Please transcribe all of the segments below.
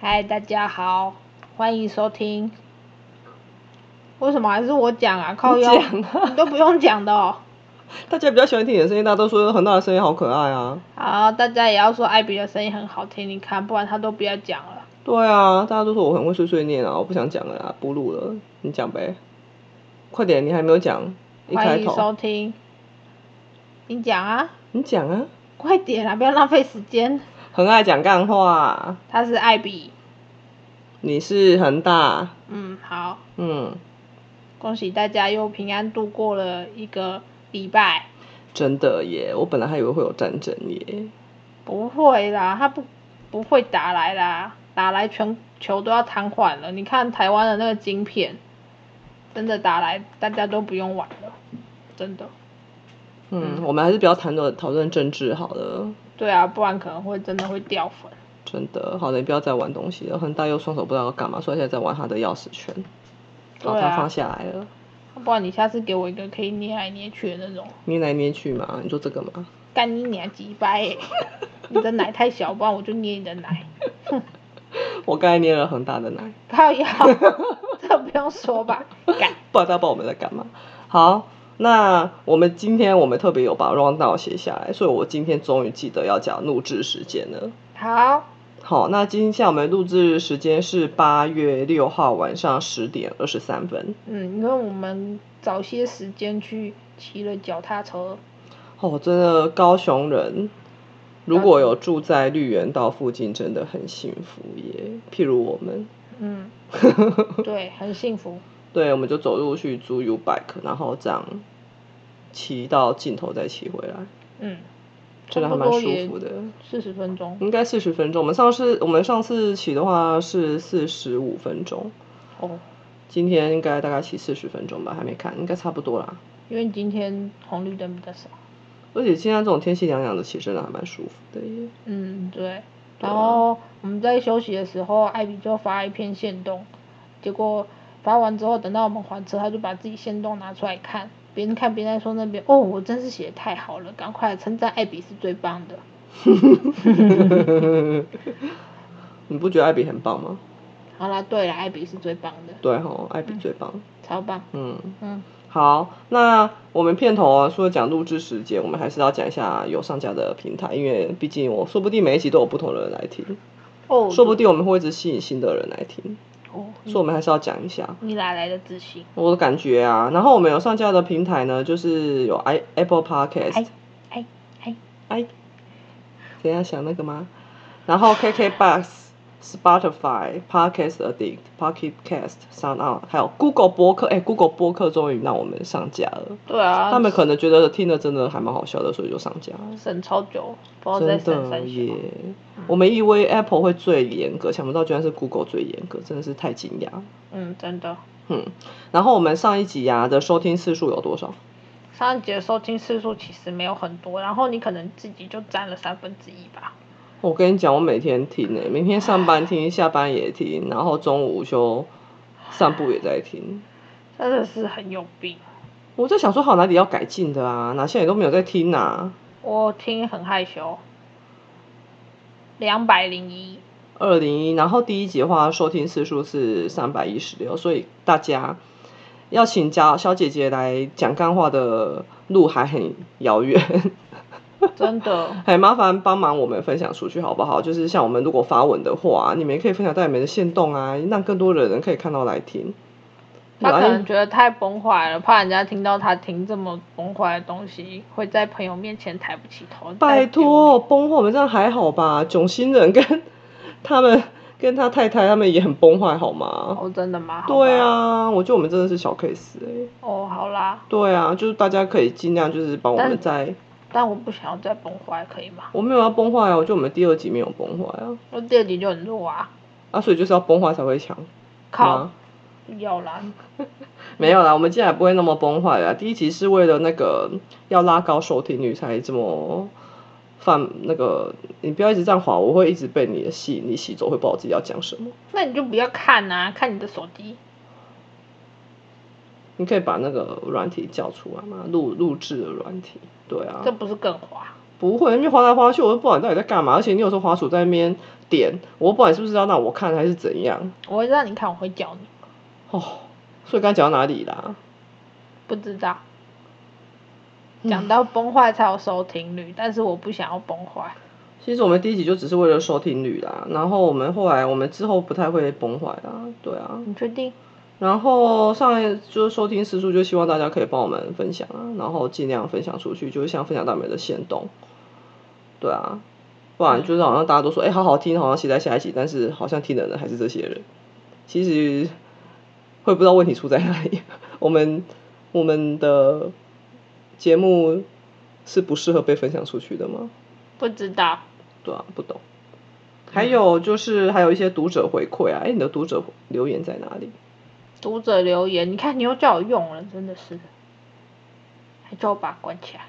嗨，大家好，欢迎收听。为什么还是我讲啊？靠腰，讲啊你都不用讲的哦。大家比较喜欢听你的声音，大家都说恒大的声音好可爱啊。好，大家也要说艾比的声音很好听，你看，不然他都不要讲了。对啊，大家都说我很会碎碎念啊，我不想讲了啦，不录了，你讲呗。快点，你还没有讲，一开欢迎头收听，你讲啊，你讲啊，快点啊，不要浪费时间。恒爱讲干话，他是艾比，你是恒大，嗯，好，嗯，恭喜大家又平安度过了一个礼拜。真的耶，我本来还以为会有战争耶，不会啦，他不不会打来啦，打来全球都要瘫痪了。你看台湾的那个晶片，真的打来大家都不用玩了，真的。嗯，我们还是不要谈论讨论政治好了，对啊，不然可能会真的会掉粉。真的，好了，你不要再玩东西了，恒大又双手不知道要干嘛，所以现在在玩他的钥匙圈，好，对啊他放下来了，不然你下次给我一个可以捏来捏去的那种，捏来捏去嘛，你说这个嘛。干你娘几掰、欸！你的奶太小，不然我就捏你的奶。 我刚才捏了恒大的奶，靠腰，这不用说吧？干，不知道大家不知道我们在干嘛。好，那我们今天我们特别有把 round down 写下来，所以我今天终于记得要讲录制时间了。好，好，那今天我们录制时间是八月六号晚上十点二十三分。嗯，因为我们找些时间去骑了脚踏车。哦，真的高雄人如果有住在绿园道附近，真的很幸福耶。譬如我们， 嗯，对，很幸福。对，我们就走路去租 U bike，然后这样骑到尽头再骑回来，嗯，真的差还不蛮多舒也服的。嗯四十分钟，应该四十分钟。我们上次我们上次骑的话是四十五分钟，哦，今天应该大概骑四十分钟吧，还没看，应该差不多啦。因为今天红绿灯比较少。而且现在这种天气凉凉的，骑真的还蛮舒服的耶。 嗯，对。对然啊后我们在休息的时候，艾比就发一篇线动，结果发完之后，等到我们还车，他就把自己线动拿出来看，别人看别人在说那边，哦，我真是写的太好了，赶快称赞艾比是最棒的。你不觉得艾比很棒吗？好啦，对了，艾比是最棒的，对吼，艾比最棒。超棒。嗯，嗯，好，那我们片头啊，除了讲录制时间，我们还是要讲一下有上架的平台，因为毕竟我说不定每一集都有不同的人来听，哦，说不定我们会一直吸引新的人来听，哦，所以我们还是要讲一下。你哪来的自信？我的感觉啊，然后我们有上架的平台呢，就是有 i Apple 哎 Podcast，哎哎，哎，怎样想那个吗？然后 KKBox、Spotify、Podcast Addict、Pocket Cast、Sound On，还有 Google 播客，哎，Google 播客终于让我们上架了。对啊，他们可能觉得听的真的还蛮好笑的，所以就上架了。省超久，不哦知道在真省的三耶小。！我们以为 Apple 会最严格，想不到居然是 Google 最严格，真的是太惊讶。嗯，真的。嗯，然后我们上一集呀、的收听次数有多少？上一集的收听次数其实没有很多，然后你可能自己就占了三分之一吧。我跟你讲，我每天听诶、每天上班听，下班也听，然后中午午休散步也在听。真的是很有病。我在想说，好哪里要改进的啊？哪些你都没有在听啊？我听很害羞。两百零一，二零一，然后第一集的话，收听次数是三百一十六，所以大家要请小小姐姐来讲干话的路还很遥远，真 的还哎麻烦帮忙我们分享出去好不好？就是像我们如果发文的话，啊你们也可以分享到你们的线动啊，让更多的人可以看到来听。他可来能觉得太崩坏了，怕人家听到他听这么崩坏的东西，会在朋友面前抬不起头。拜再丢托，崩坏我们这样还好吧？囧星人跟 他们跟他太太他们也很崩坏好脸！吗？哦，真的吗？好吧对。啊，我觉得我们真的是小 case 哎、哦，好啦，对啊，就是大家可以尽量就是帮我但们在，但我不想要再崩坏，可以吗？我没有要崩坏啊，我觉得我们第二集没有崩坏啊，我第二集就很弱啊，啊，所以就是要崩坏才会强。靠吗，不要啦，没有啦，我们竟然不会那么崩坏啦。第一集是为了那个要拉高收听率才这么犯那个，你不要一直这样滑，我会一直被你的吸引力吸走，会不知道自己要讲什么。那你就不要看啊，看你的手机。你可以把那个软体叫出来嘛，录录制的软体。对啊这，不是更滑？不会，因为划来划去，我都不知道你到底在干嘛。而且你有时候滑鼠在那边点，我不管是不是要让我看还是怎样。我会让你看，我会教你。哦，所以刚才讲到哪里啦？不知道，嗯讲到崩坏才有收听率，但是我不想要崩坏。其实我们第一集就只是为了收听率啦，然后我们后来我们之后不太会崩坏啦，对啊。你确定？然后上一就是收听次数，就希望大家可以帮我们分享啊，然后尽量分享出去，就是像分享到你们的线动，对啊，不然就是好像大家都说，哎、好好听，好像期待下一集，但是好像听的人还是这些人，其实会不知道问题出在哪里。我们我们的节目是不适合被分享出去的吗？不知道。对啊，不懂。还有就是还有一些读者回馈啊，哎、你的读者留言在哪里？读者留言，你看你又叫我用了，真的是，还叫我把它关起来。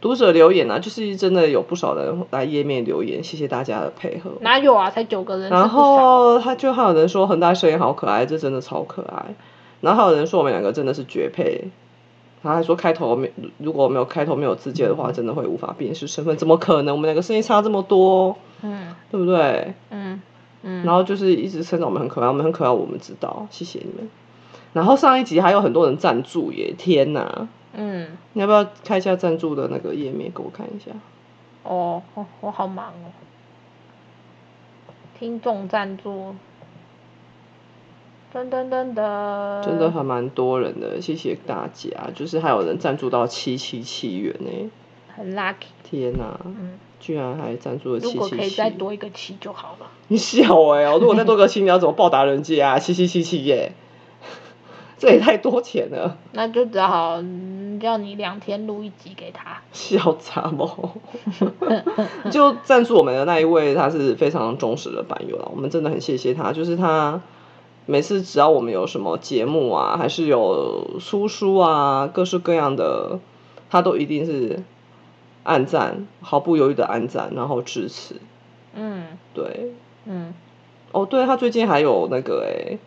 读者留言啊，就是真的有不少人来页面留言，谢谢大家的配合。哪有啊？才九个人，是嗯然不少。后他就还有人说恒大摄影好可爱，这真的超可爱。然后还有人说我们两个真的是绝配，然后还说开头没如果没有开头没有字界的嗯话，真的会无法辨识身份，怎么可能？我们两个声音差这么多，嗯对不对？嗯嗯，然后就是一直称赞我们很可爱，我们很可爱，我们知道，谢谢你们。然后上一集还有很多人赞助耶，天哪！嗯，你要不要开一下赞助的那个页面给我看一下？哦，哦我好忙哦。听众赞助，噔噔噔噔，真的还蛮多人的，谢谢大家。就是还有人赞助到七七七元呢，很 lucky。天哪、嗯，居然还赞助了如七果七可以再七！多一个七就好了。你 笑哎、哦！如果再多个七，你要怎么报答人家啊？七七七七耶， 这也太多钱了，那就只好、嗯叫你两天录一集给他。笑杂毛。就赞助我们的那一位，他是非常忠实的版友了，我们真的很谢谢他。就是他每次只要我们有什么节目啊，还是有出书啊，各式各样的，他都一定是暗赞，毫不犹豫的暗赞，然后支持。嗯对，嗯，哦，对他最近还有那个诶、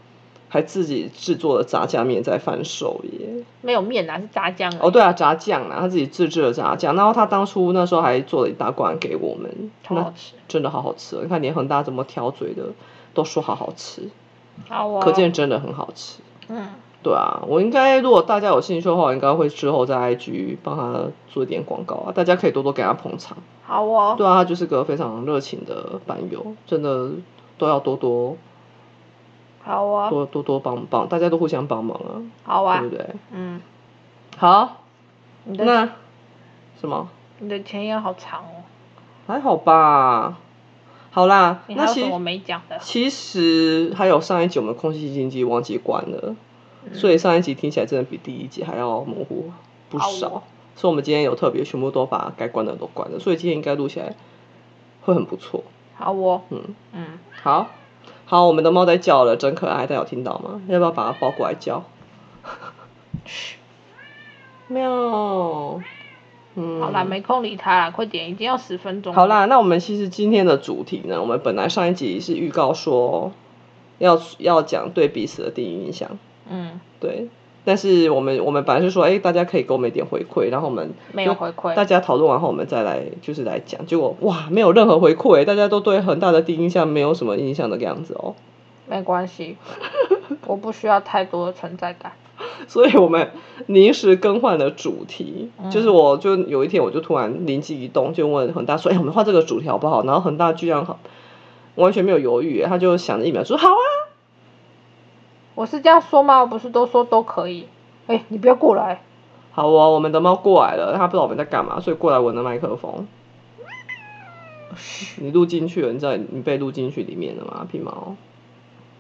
还自己制作了炸酱面在贩售耶。没有面啊，是炸酱而已。哦，对啊，炸酱啊，他自己自制的炸酱。然后他当初那时候还做了一大罐给我们，超那好吃。真的好好吃、哦，你看连恒大怎么挑嘴的都说好好吃，好哦。可见真的很好吃。嗯，对啊，我应该如果大家有兴趣的话，我应该会之后在 IG 帮他做一点广告啊，大家可以多多给他捧场。好哦。对啊，他就是个非常热情的班友，真的都要多多好哦。多多多帮帮，大家都互相帮忙啊，好啊对。不对？嗯，好，你的那什么你的前言好长哦。还好吧？好啦，你还那有其什么没讲的？其实还有上一集我们空气净机忘记关了，嗯所以上一集听起来真的比第一集还要模糊不少。好哦所以我们今天有特别全部都把该关的都关了，所以今天应该录起来会很不错。好哦。嗯，嗯，好，好，我们的猫在叫了，真可爱，大家有听到吗？要不要把它抱过来叫？嘘， 喵。嗯，好啦，没空理他啦，快点，已经要十分钟。好。啦，那我们其实今天的主题呢，我们本来上一集是预告说要要讲对彼此的第一印象。嗯，对，但是我们我们本来是说，哎，大家可以给我们一点回馈，然后我们没有就回馈大家讨论完后，我们再来就是来讲。结果哇，没有任何回馈，大家都对恒大的第一印象没有什么印象的样子哦。没关系， 我不需要太多的存在感。所以我们临时更换了主题，嗯就是我就有一天我就突然灵机一动，就问恒大说：“哎，我们换这个主题好不好？”然后恒大居然好完全没有犹豫，他就想了一秒说：“好啊。”我是这样说吗？我不是都说都可以。哎、你不要过来。好哦，我们的猫过来了，它不知道我们在干嘛，所以过来闻了麦克风。你录进去了，你知道你被录进去里面了吗？皮毛，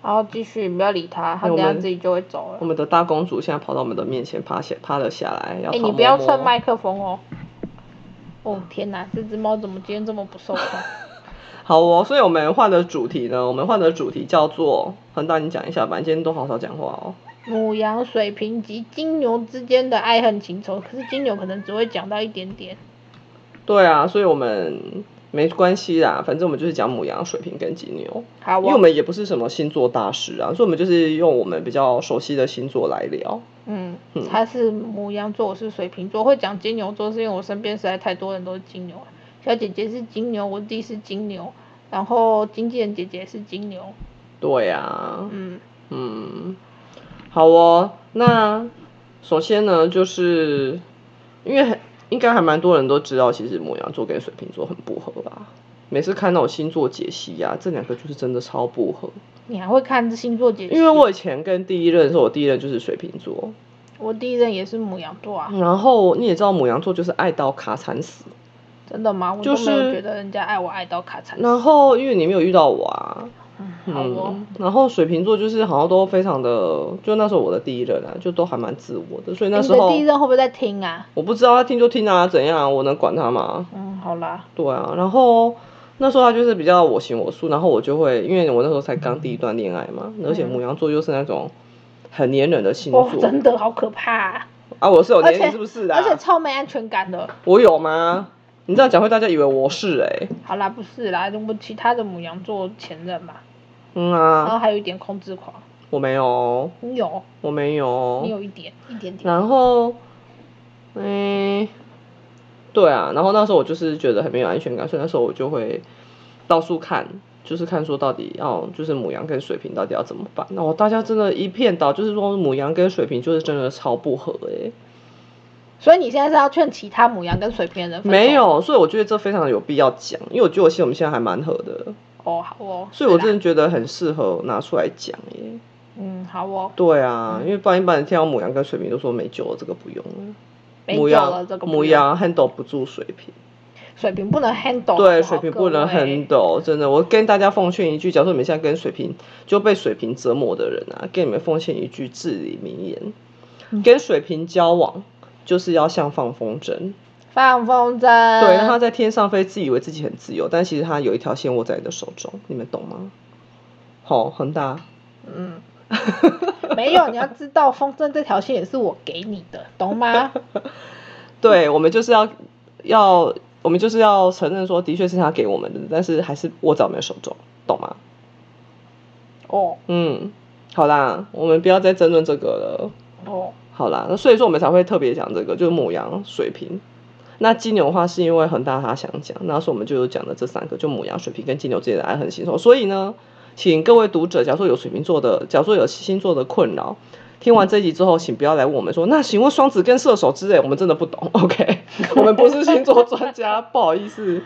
然后继续，你不要理他，他哎那我等们下自己就会走我了。们的大公主现在跑到我们的面前趴下，趴了下来，要哎、讨摸摸。你不要蹭麦克风哦。哦天哪，这只猫怎么今天这么不 受控？好哦，所以我们换的主题呢，我们换的主题叫做恒大，你讲一下吧，你今天都好少讲话哦。母羊、水瓶及金牛之间的爱恨情仇，可是金牛可能只会讲到一点点。对啊，所以我们没关系啦，反正我们就是讲母羊、水瓶跟金牛，好因为我哦，们也不是什么星座大师啊，所以我们就是用我们比较熟悉的星座来聊。嗯，他是母羊座，我是水瓶座，会讲金牛座是因为我身边实在太多人都是金牛了，啊小姐姐是金牛，我弟是金牛，然后经纪人姐姐是金牛，对啊，嗯，嗯，好哦。那首先呢，就是因为很应该还蛮多人都知道，其实母羊座跟水瓶座很不合吧。每次看那种星座解析呀、这两个就是真的超不合。你还会看星座解析？因为我以前跟第一任的时候，我第一任就是水瓶座，我第一任也是母羊座啊，然后你也知道母羊座就是爱到卡惨死，真的吗？我都就没有是觉得人家爱我爱到卡惨。然后因为你没有遇到我啊，好哦，嗯，然后水瓶座就是好像都非常的，就那时候我的第一任啊，就都还蛮自我的，所以哎那你时的候第一任会不会在听啊？我不知道他听就听啊，怎样啊我能管他吗？嗯，好啦，对啊，然后那时候他就是比较我行我素，然后我就会，因为我那时候才刚第一段恋爱嘛，嗯而且母羊座又是那种很粘人的星座、哦，真的好可怕、啊，啊，我是有而粘且你是不是啊的、而且超没安全感的。我有吗？你这样讲会大家以为我是哎、好啦，不是啦，我其他的母羊座前任嘛，嗯然啊，后还有一点控制狂，我没有，你有，我没你有，有一点，一点点。然后，嗯、对啊，然后那时候我就是觉得很没有安全感，所以那时候我就会到处看，就是看说到底要就是母羊跟水瓶到底要怎么办。那我大家真的，一片倒，就是说母羊跟水瓶就是真的超不合诶、所以你现在是要劝其他母羊跟水瓶的人分手？没有，所以我觉得这非常有必要讲，因为我觉得我现在我们现在还蛮合的，哦，好哦，所以我是啦真的觉得很适合拿出来讲耶、嗯，好哦，对啊，因为不然一般人听到母羊跟水瓶都说没救了，这个不用了。没母救了，羊这个母羊 handle 不住水瓶，水瓶不能 handle，哦好好对，水瓶不能各位 handle，真的，我跟大家奉劝一句，假如说你们现在跟水瓶就被水瓶折磨的人啊，跟你们奉劝一句至理名言：嗯跟水瓶交往就是要像放风筝，放风筝，对，对让他在天上飞，自以为自己很自由，但其实他有一条线握在你的手中，你们懂吗？好，恒大，嗯，没有，你要知道风筝这条线也是我给你的，懂吗？ 对，我们就是要要，我们就是要承认说，的确是他给我们的，但是还是握在我们的手中，懂吗？哦嗯，好啦，我们不要再争论这个了。哦，好啦，那所以说我们才会特别讲这个，就是母羊、水瓶。那金牛的话，是因为恒大他想讲，那时候我们就有讲的这三个，就母羊、水瓶跟金牛之间的爱恨情仇。所以呢，请各位读者，假如说有水瓶座的，假如说有星座的困扰，听完这一集之后，请不要来问我们说，那请问双子跟射手之类，我们真的不懂，OK？我们不是星座专家，不好意思。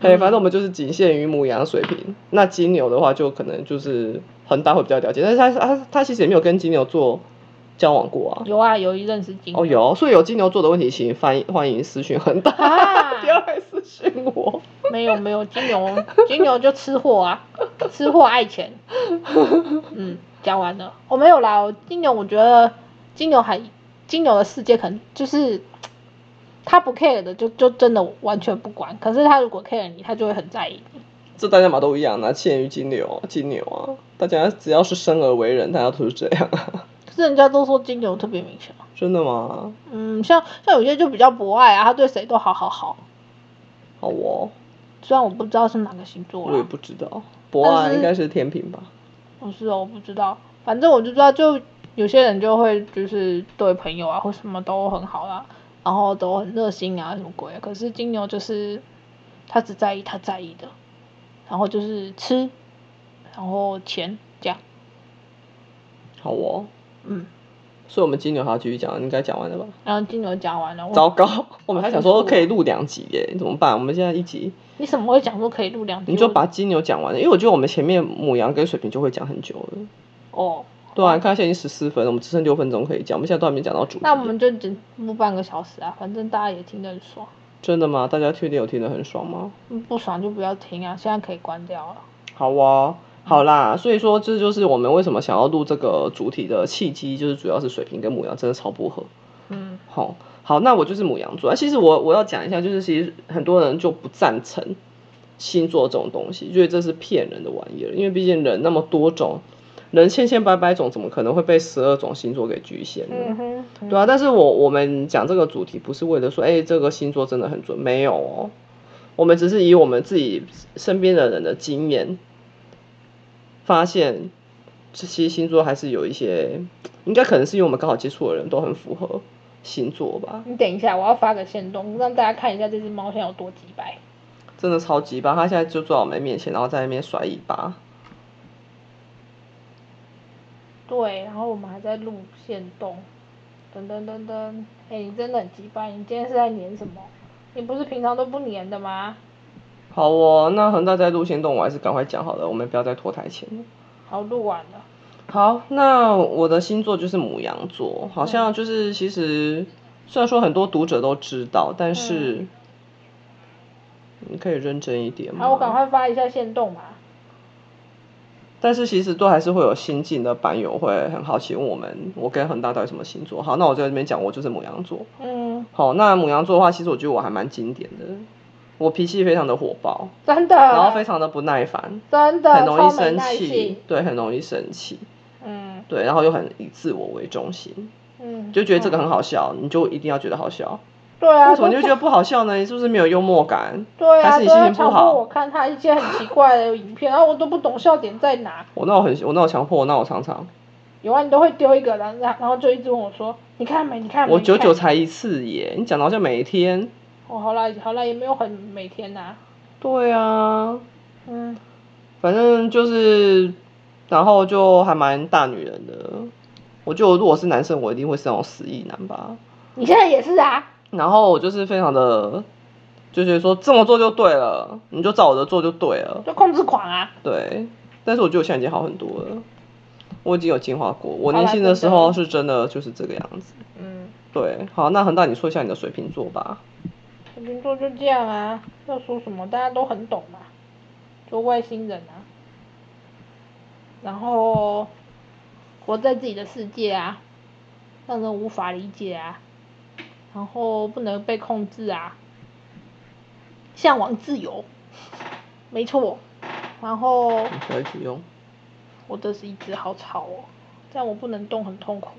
哎，反正我们就是仅限于母羊、水瓶。那金牛的话，就可能就是恒大会比较了解，但是他他他其实也没有跟金牛座交往过啊。有啊，有一任是金哦，牛，有，所以有金牛座的问题，请欢迎欢迎私讯恒 大， 啊不要来私讯我。没有没有金牛， 金牛就吃货啊，吃货爱钱。嗯，讲完了，我、没有啦，我金牛我觉得金牛还金牛的世界可能就是他不 care 的就就真的完全不管，可是他如果 care 你，他就会很在意你。这大家嘛都一样啊，限于金牛，金牛啊，大家只要是生而为人，大家都是这样啊。 可是人家都说金牛特别明显啊，真的吗？嗯，像像有些就比较博爱啊，他对谁都好好好。好哦，虽然我不知道是哪个星座我也啦，不知道，博但爱是应该是天平吧？不是哦，我不知道，反正我就知道，就有些人就会就是对朋友啊或什么都很好啦、然后都很热心啊什么鬼，可是金牛就是他只在意他在意的，然后就是吃，然后钱这样，好哦，嗯，所以我们金牛还要继续讲，应该讲完了吧？然后金牛讲完了，我糟糕，我们还想说可以录两集耶，怎么办？我们现在一集你怎么会讲说可以录两集？你就我把金牛讲完了，因为我觉得我们前面母羊跟水瓶就会讲很久了。哦，对啊，你看现在已经十四分了，我们只剩六分钟可以讲，我们现在都还没讲到主题。那我们就只录半个小时啊，反正大家也听得很爽，真的吗？大家确定有听得很爽吗？嗯不爽就不要听啊，现在可以关掉了。好哦，好啦，所以说这就是我们为什么想要录这个主题的契机，就是主要是水瓶跟母羊真的超不合。嗯，好，好，那我就是母羊座。啊、其实我我要讲一下，就是其实很多人就不赞成星座这种东西，觉得这是骗人的玩意儿，因为毕竟人那么多种，人千千百百种，怎么可能会被十二种星座给局限呢？嗯哼，对啊，但是我我们讲这个主题不是为了说，哎、这个星座真的很准，没有哦，我们只是以我们自己身边的人的经验，发现这些星座还是有一些，应该可能是因为我们刚好接触的人都很符合星座吧。你等一下，我要发个线动，让大家看一下这只猫现在有多几百。真的超级棒。他现在就坐在我们面前，然后在那边甩尾巴。对，然后我们还在录线动，噔噔噔噔，哎，你真的很鸡巴，你今天是在粘什么？你不是平常都不粘的吗？好哦，那恒大在路线动，我还是赶快讲好了，我们不要再拖台前了。好，录完了。好，那我的星座就是母羊座，好像就是其实虽然说很多读者都知道，但是、嗯你可以认真一点吗？好，我赶快发一下线动吧。但是其实都还是会有新进的版友会很好奇问我们，我跟恒大到底什么星座？好，那我就在这边讲，我就是母羊座。嗯，好，那母羊座的话，其实我觉得我还蛮经典的，我脾气非常的火爆，真的。然后非常的不耐烦，啊真的很容易超没生耐气性，对，很容易生气，嗯对，然后又很以自我为中心，嗯，就觉得这个嗯很好笑，你就一定要觉得好笑。对啊，为什么你都就觉得不好笑呢？你是不是没有幽默感？对啊，还是你都心要情不强迫我好？看他一些很奇怪的影片，然后我都不懂笑点在哪。我那我很我那我强迫我那我常常有啊，你都会丢一个，然后然后就一直问我说：“你看没？你看没？”我你久看久没才一次耶，你讲到像每天。哦，好啦好啦，也没有很每天呐、对啊，嗯，反正就是，然后就还蛮大女人的。我觉得我如果是男生，我一定会是那种死意男吧。你现在也是啊，然后我就是非常的，就觉得说这么做就对了，你就照我的做就对了，就控制狂啊。对。但是我觉得我现在已经好很多了，我已经有进化过。我好啦年轻的时真候的是真的就是这个样子。嗯，对，好，那恒大，你说一下你的水瓶座吧。水瓶座就这样啊，要说什么大家都很懂嘛，就外星人啊，然后活在自己的世界啊，让人无法理解啊，然后不能被控制啊，向往自由，没错，然后你可以去用。我这是一只好吵哦，这样我不能动，很痛苦。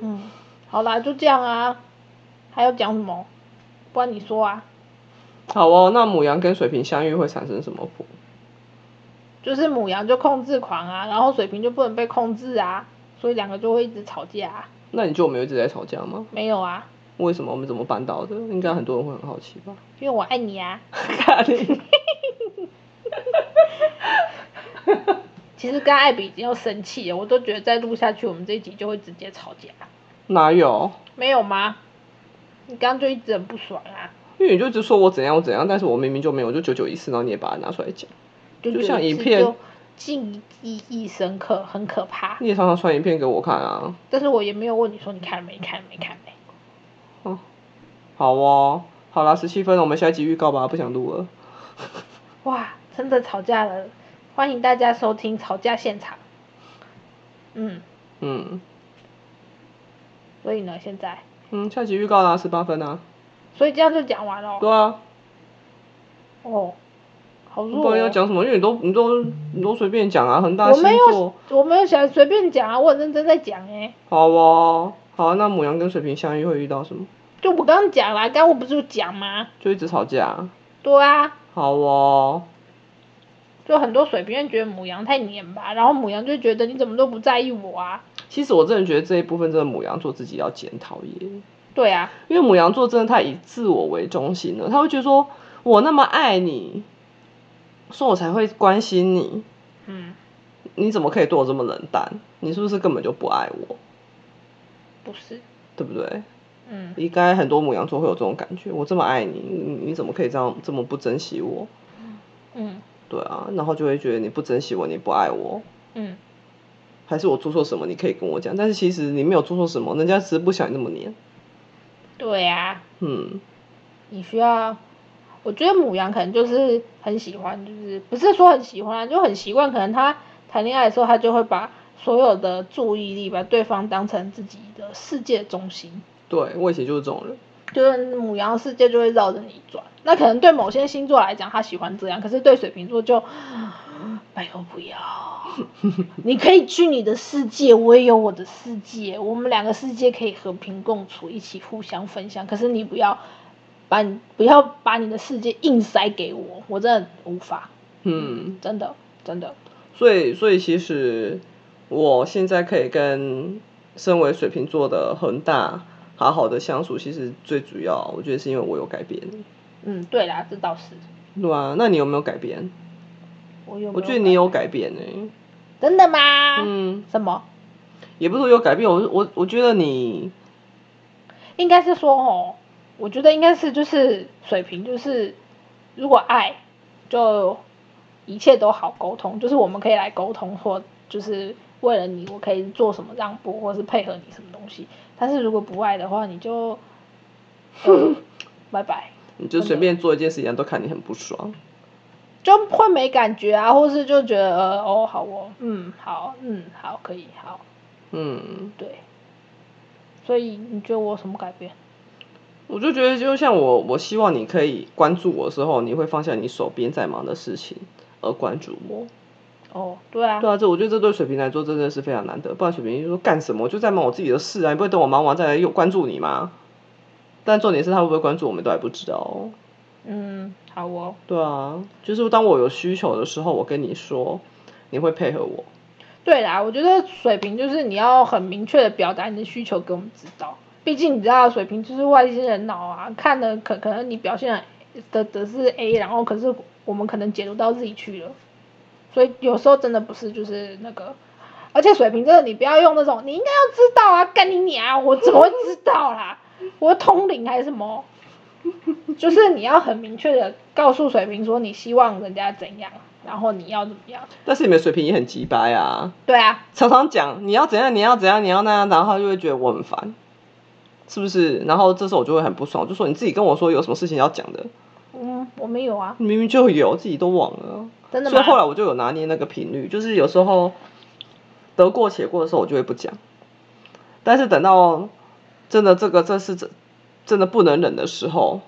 嗯，好啦，就这样啊，还要讲什么？不然你说啊，好哦，那母羊跟水瓶相遇会产生什么波？就是母羊就控制狂啊，然后水瓶就不能被控制啊，所以两个就会一直吵架啊。那你觉得我们有一直在吵架吗？没有啊，为什么我们怎么办到的？应该很多人会很好奇吧？ 因为我爱你啊。咖喱，其实跟艾比已经要生气了，我都觉得再录下去，我们这一集就会直接吵架。哪有？没有吗？你刚刚就一直很不爽啊，因为你就一直说我怎样我怎样，但是我明明就没有，我就九九一次，然后你也把它拿出来讲，就就觉像得影是片就记忆忆深刻，很可怕。你也常常传影片给我看啊。但是我也没有问你说你看了没看了没看了没。哦，好哦，好啦，十七分了，我们下一集预告吧，不想录了。哇，真的吵架了，欢迎大家收听吵架现场。嗯，嗯所以呢，现在，嗯，下集预告啦，十八分啊。所以这样就讲完了。对啊，哦，好弱、不然要哦。讲什么？因为你都你都你都随便讲啊，恒大我星没座有。，我没有想随便讲啊，我很认真在讲哎、好哦，好，那母羊跟水瓶相遇会遇到什么？就我刚刚讲啦，刚刚我不是有讲吗？就一直吵架啊。对啊，好哦，就很多水瓶人觉得母羊太黏吧，然后母羊就觉得你怎么都不在意我啊。其实我真的觉得这一部分真的母羊座自己要检讨耶。对啊，因为母羊座真的太以自我为中心了，他会觉得说我那么爱你，所以我才会关心你，嗯，你怎么可以对我这么冷淡？你是不是根本就不爱我？不是，对不对？嗯，应该很多母羊座会有这种感觉，我这么爱你，你你怎么可以这样这么不珍惜我？嗯，对啊，然后就会觉得你不珍惜我，你不爱我，嗯，还是我做错什么？你可以跟我讲，但是其实你没有做错什么，人家只是不想你那么黏。对啊。嗯，你需要，我觉得母羊可能就是很喜欢，就是不是说很喜欢啊，就很习惯。可能他谈恋爱的时候，他就会把所有的注意力把对方当成自己的世界中心，对我以前就是这种人。就是母羊世界就会绕着你转。那可能对某些星座来讲，他喜欢这样，可是对水瓶座就， 拜托不要。 你可以去你的世界，我也有我的世界，我们两个世界可以和平共处，一起互相分享。可是你不要把你不要把你的世界硬塞给我，我真的无法，嗯，真的真的。所以，所以其实我现在可以跟身为水瓶座的恒大好好的相处，其实最主要我觉得是因为我有改变。嗯，对啦，这倒是。对啊，那你有没有改编？我有没我觉得你有改编呢、真的吗？嗯，什么？也不是说有改变，我我我觉得你应该是说哦，我觉得应该是就是水平，就是如果爱，就一切都好沟通，就是我们可以来沟通说，就是为了你，我可以做什么让步，或是配合你什么东西。但是如果不爱的话，你就，呃拜拜，你就随便做一件事情都看你很不爽。就会没感觉啊，或是就觉得呃哦好哦，嗯好，嗯好可以好，嗯，对。所以你觉得我有什么改变？我就觉得就像我我希望你可以关注我的时候，你会放下你手边在忙的事情而关注我。哦，对啊，对啊，这我觉得这对水瓶来说真的是非常难得，不然水瓶就说干什么，我就在忙我自己的事啊，你不会等我忙完再来又关注你吗？但重点是他会不会关注我们都还不知道哦。嗯，好哦。对啊，就是当我有需求的时候，我跟你说，你会配合我。对啦，我觉得水平就是你要很明确的表达你的需求给我们知道，毕竟你知道水平就是外星人脑啊，看的可可能你表现的的是 A，然后可是我们可能解读到自己去了，所以有时候真的不是就是那个，而且水平真的你不要用那种你应该要知道啊，干你娘，我怎么会知道啦？我通灵还是什么？就是你要很明确的告诉水平说你希望人家怎样，然后你要怎么样，但是你们水平也很鸡掰啊，对啊。常常讲你要怎样，你要怎样，你要那样，然后他就会觉得我很烦，是不是？然后这时候我就会很不爽，我就说你自己跟我说有什么事情要讲的，嗯，我没有啊，你明明就有，自己都忘了。真的吗？所以后来我就有拿捏那个频率，就是有时候得过且过的时候，我就会不讲。但是等到真的这个这是真真的不能忍的时候，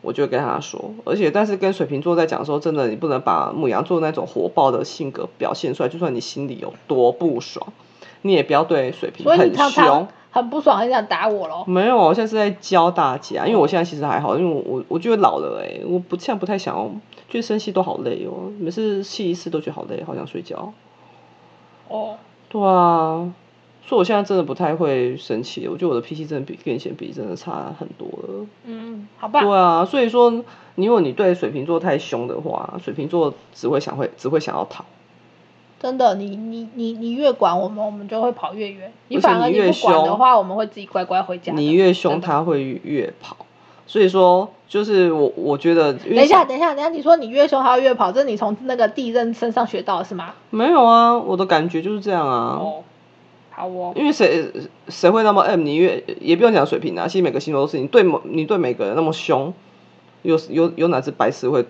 我就会跟他说。而且，但是跟水瓶座在讲的时候，真的你不能把母羊座那种火爆的性格表现出来，就算你心里有多不爽，你也不要对水瓶所以很你常凶常。很不爽，很想打我咯。没有，我现在是在教大家，因为我现在其实还好，因为我我我觉得老了哎、我不现在不太想要，觉得生气都好累哦，每次气一次都觉得好累，好想睡觉。哦，对啊，所以我现在真的不太会生气，我觉得我的脾气真的比跟以前比真的差很多了。嗯，好吧，对啊，所以说，如果你对水瓶座太凶的话，水瓶座只会想会只会想要逃，真的，你你你你越管我们，我们就会跑越远。你而且反而你你越不管的凶话，我们会自己乖乖回家的。你越凶真的。他会越跑。所以说，就是我我觉得，因为等一下，像等一下，等一下，你说你越凶，他越跑，这你从那个地震身上学到的是吗？没有啊，我的感觉就是这样啊。哦，好哦，因为谁谁会那么 M？你越也不用讲水平啊，其实每个星座都是你对某你对每个人那么凶，有有有哪只白痴会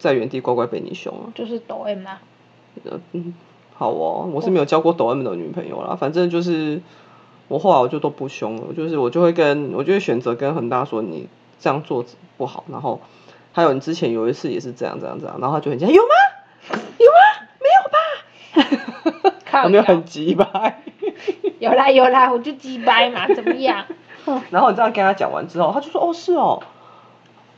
在原地乖乖被你凶啊？就是抖 M 啦、呃嗯，好哦，我是没有交过抖 M 的女朋友啦，反正就是我后来我就都不凶了，就是我就会跟我就会选择跟恒大说你这样做不好，然后还有你之前有一次也是这样这样这样，然后他就很急，哎有吗？有吗？没有吧？靠有没有腰很哎急吧？有啦有啦，我就鸡掰嘛，怎么样？哼然后你这样跟他讲完之后，他就说哦是哦，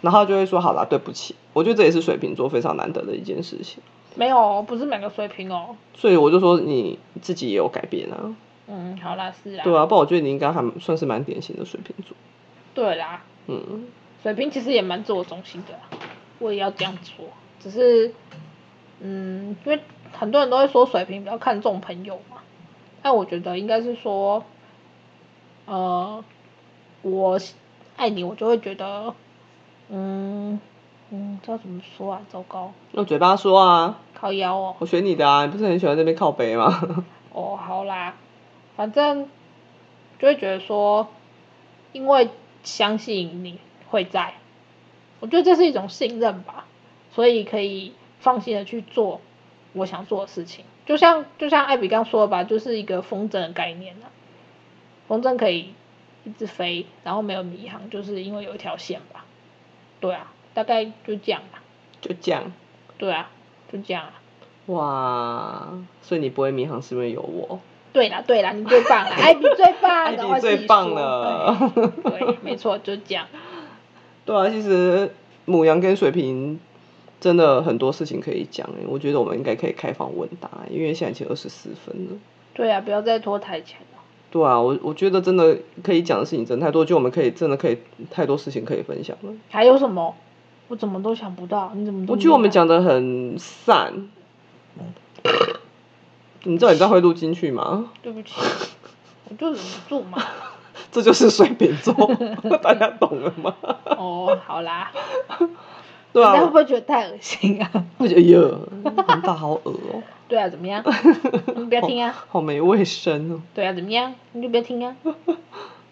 然后他就会说好啦，对不起。我觉得这也是水瓶座非常难得的一件事情，没有哦，不是每个水平哦。所以我就说你自己也有改变啊，嗯，好啦，是啦，对啊，不然我觉得你应该还算是蛮典型的水瓶座，对啦，嗯，水瓶其实也蛮自我中心的啊，我也要这样做，只是，嗯，因为很多人都会说水瓶比较看重朋友嘛，但我觉得应该是说，呃，我爱你，我就会觉得，嗯嗯，知道怎么说啊？糟糕，用嘴巴说啊，靠腰哦，我学你的啊，你不是很喜欢在那边靠背吗？ 哦，好啦，反正就会觉得说，因为相信你会在，我觉得这是一种信任吧，所以可以放心的去做我想做的事情。就像就像艾比刚说的吧，就是一个风筝的概念啊，风筝可以一直飞，然后没有迷航，就是因为有一条线吧。对啊，大概就这样吧。就这样，对啊，就这样啊。哇，所以你不会迷航是因为有我，对啦，对啦，你最棒了， 艾比最棒，艾比赶快自己哎最棒说了对对，没错，就这样。对啊，其实母羊跟水瓶真的很多事情可以讲、欸，我觉得我们应该可以开放问答，因为现在已经二十四分了。对啊，不要再拖台前了。对啊，我我觉得真的可以讲的事情真的太多，就我们可以真的可以太多事情可以分享了。还有什么？我怎么都想不到，你怎么都我没觉得我们有讲的很散。嗯你知道你这样会录进去吗？对不起，我就忍不住 嘛。这就是水瓶 座， 大家懂了吗？哦，好啦，对大家会啊不，会觉得太恶心 啊？我觉得哎 呀，很大好恶哦、对啊，怎么样？你不要听啊。好没卫生哦、对啊，怎么样？你就不要听啊。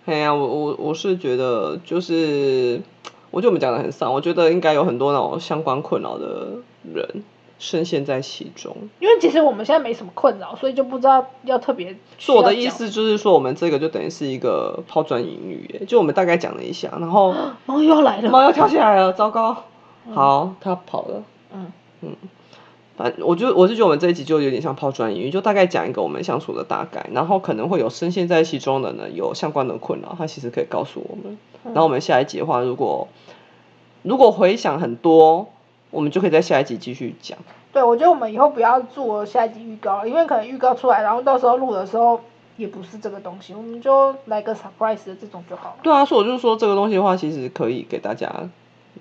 哎呀、我我我是觉得就是，我觉得我们讲的很散，我觉得应该有很多那种相关困扰的人深陷在其中。因为其实我们现在没什么困扰，所以就不知道要特别。是我的意。思就是说，我们这个就等于是一个抛砖引玉耶，就我们大概讲了一下，然后猫又要来了。猫要跳起来了，糟糕！好，它跑了。嗯，反我就我是觉得我们这一集就有点像抛砖引玉，就大概讲一个我们相处的大概，然后可能会有深陷在其中的人有相关的困扰，他其实可以告诉我们。嗯然后我们下一集的话，如果如果回想很多，我们就可以在下一集继续讲。对，我觉得我们以后不要做下一集预告了，因为可能预告出来，然后到时候录的时候也不是这个东西，我们就来个 surprise 的这种就好了。对啊，所以我就说这个东西的话，其实可以给大家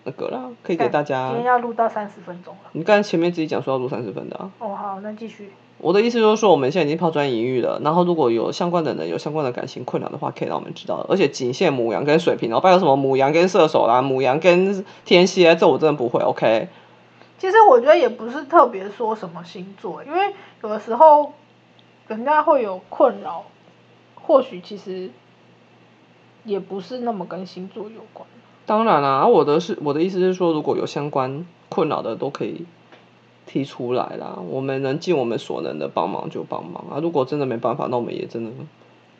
那个啦，可以给大今天家。要录到三十分钟了。你刚才前面自己讲说要录三十分的啊。哦，好，那继续。我的意思就是说，我们现在已经抛砖引玉了。然后，如果有相关的人有相关的感情困扰的话，可以让我们知道。而且仅限母羊跟水瓶哦，不然有什么母羊跟射手啦、母羊跟天蝎，这我真的不会。OK，其实我觉得也不是特别说什么星座，因为有的时候人家会有困扰，或许其实也不是那么跟星座有关。当然啦、我的是我的意思是说，如果有相关困扰的都可以提出来啦，我们能尽我们所能的帮忙就帮忙啊。如果真的没办法，那我们也真的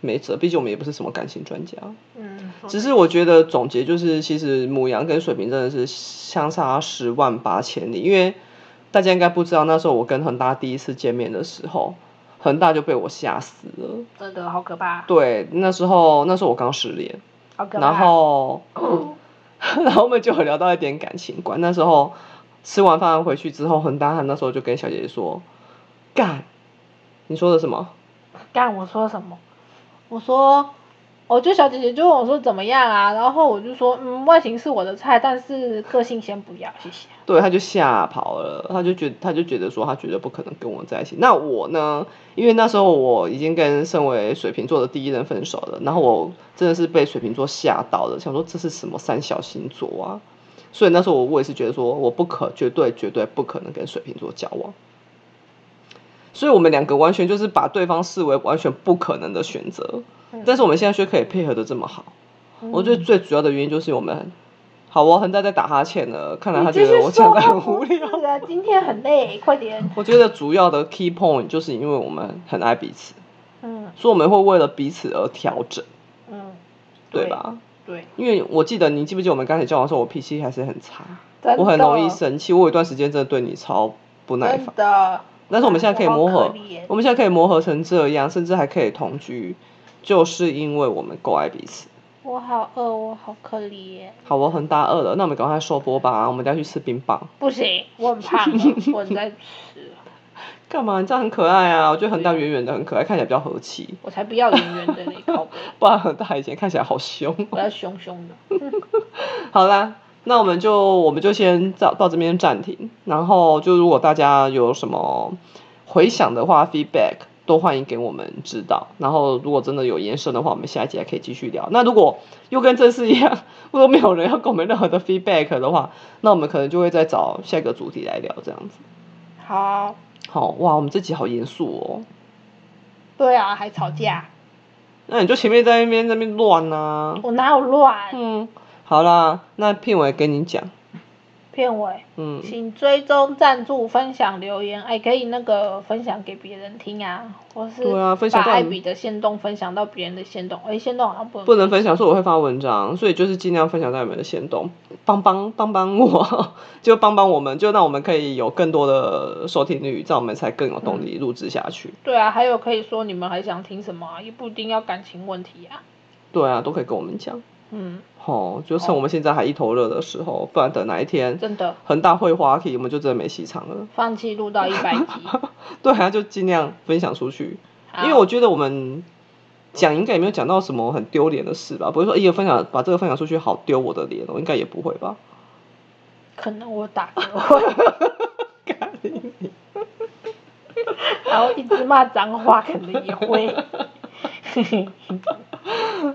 没辙，毕竟我们也不是什么感情专家。嗯，只是我觉得总结就是，其实母羊跟水瓶真的是相差十万八千里，因为大家应该不知道，那时候我跟恒大第一次见面的时候，恒大就被我吓死了。真的好可怕，对，那时候那时候我刚失恋，好可怕。然后 然后我们就有聊到一点感情观。那时候吃完饭回去之后，恒大他那时候就跟小姐姐说：“干，你说的什么？”干我说什么？我说，我就小姐姐就问我说怎么样啊？然后我就说，嗯，外形是我的菜，但是个性先不要，谢谢。对，他就吓跑了，他就觉他就觉得说他绝对不可能跟我在一起。那我呢？因为那时候我已经跟身为水瓶座的第一任分手了，然后我真的是被水瓶座吓到了，想说这是什么三小星座啊？所以那时候我我也是觉得说我不可绝对绝对不可能跟水瓶座交往。所以我们两个完全就是把对方视为完全不可能的选择，嗯但是我们现在却可以配合的这么好，我觉得最主要的原因就是我们。好哦，恒大在打哈欠了，看来他你觉继续得我讲的说很无 聊。是啊，今天很累，快点。 我觉得主要的 key point 就是因为我们很爱彼此，嗯所以我们会为了彼此而调整，嗯，对吧？对，因为我记得你记不记得我们刚才交往的时候，我脾气还是很差，真的我很容易生气，我有一段时间真的对你超不耐真烦。的。但是我们现在可以我好磨合可怜，我们现在可以磨合成这样，甚至还可以同居，就是因为我们够爱彼此。我好饿，我好可怜。好，我很大饿了，那我们赶快收播吧，我们等一下去吃冰棒。不行，我很胖了，我很在吃，干嘛？你这样很可爱啊！我觉得恒大圆圆的很可爱，看起来比较和气。我才不要圆圆的嘞， 靠背，不然恒大以前看起来好凶哦、我要凶凶的。好啦，那我们就我们就先到到这边暂停，然后就如果大家有什么回想的话，feedback 都欢迎给我们知道。然后如果真的有延伸的话，我们下一集还可以继续聊。那如果又跟这次一样，如果没有人要给我们任何的 feedback 的话，那我们可能就会再找下一个主题来聊这样子。好，好哇，我们这集好严肃哦。对啊，还吵架，那你就前面在那边那边乱啊。我哪有乱？嗯，好啦，那片尾跟你讲，片尾，嗯，欸请追踪、赞助、分享、留言，哎，可以那个分享给别人听啊，或是对啊分享把到艾你比的线动分享到别人的线动，哎，线动好像不能不能分享，所以我会发文章，所以就是尽量分享在你们的行动，帮帮帮帮我， 就帮帮我们，就让我们可以有更多的收听率，这样我们才更有动力录制下去。对啊，还有可以说你们还想听什么啊，也不一定要感情问题啊。对啊，都可以跟我们讲，嗯，哦，就趁我们现在还一头热的时候，不然等哪一天真的，恒大会花期，我们就真的没戏唱了。 放弃录到一百集，对啊，就尽量分享出去，好 因为我觉得我们。讲应该也没有讲到什么很丢脸的事吧？不会说，哎呀，分享把这个分享出去好丢我的脸哦，应该也不会吧？可能我打嗝会， 干你然后一直骂脏话，可能也 会。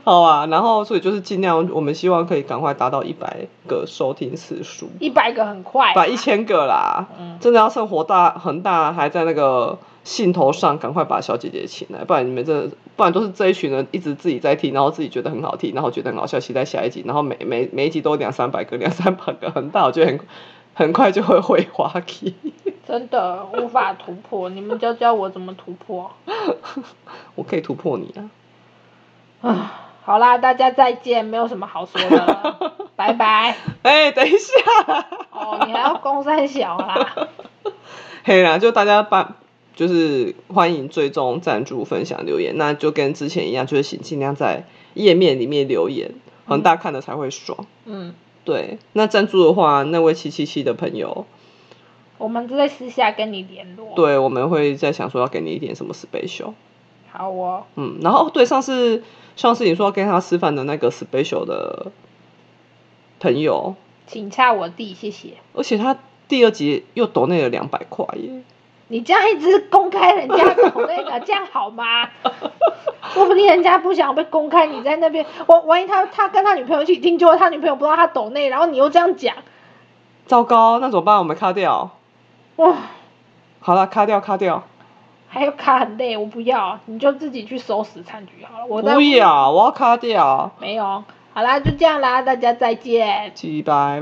好啊，然后所以就是尽量，我们希望可以赶快达到一百个收听次数，一百个很快、啊把一千个啦，嗯真的要趁火大恒大还在那个兴头上，赶快把小姐姐请来，不然你们真的，不然都是这一群人一直自己在听，然后自己觉得很好听，然后觉得很好笑，期待下一集，然后每每每一集都有两三百个，两三百个恒大，我觉得很很快就会会滑稽。真的无法突 破。你们教教我怎么突破我可以突破你啊！啊？好啦，大家再见，没有什么好说的了， 拜拜。哎、等一下。哦，你还要攻三小啊啦？嘿啦，就大家把就是欢迎追踪、赞助、分享、留言，那就跟之前一样，就是请尽量在页面里面留言，很大看的才会爽。 嗯，对，那赞助的话，那位七七七的朋友，我们就在私下跟你联络。，对我们会在想说要给你一点什么 special。好哦，嗯，然后哦对，上次上次你说要跟他吃饭的那个 special 的朋友，请洽我弟，谢谢。而且他第二集又抖内了两百块耶。你这样一直公开人家口那 个，这样好吗？说不定人家不想被公开，你在那边，万万一他他跟他女朋友一起听，结果他女朋友不知道他抖内，然后你又这样讲，糟糕，那怎么办？我们卡掉。哇，好了，卡掉，卡掉。还有卡很累，我不要，你就自己去收拾残局好了。我在啊不要，我要卡掉。没有，好啦，就这样啦，大家再见。鸡掰。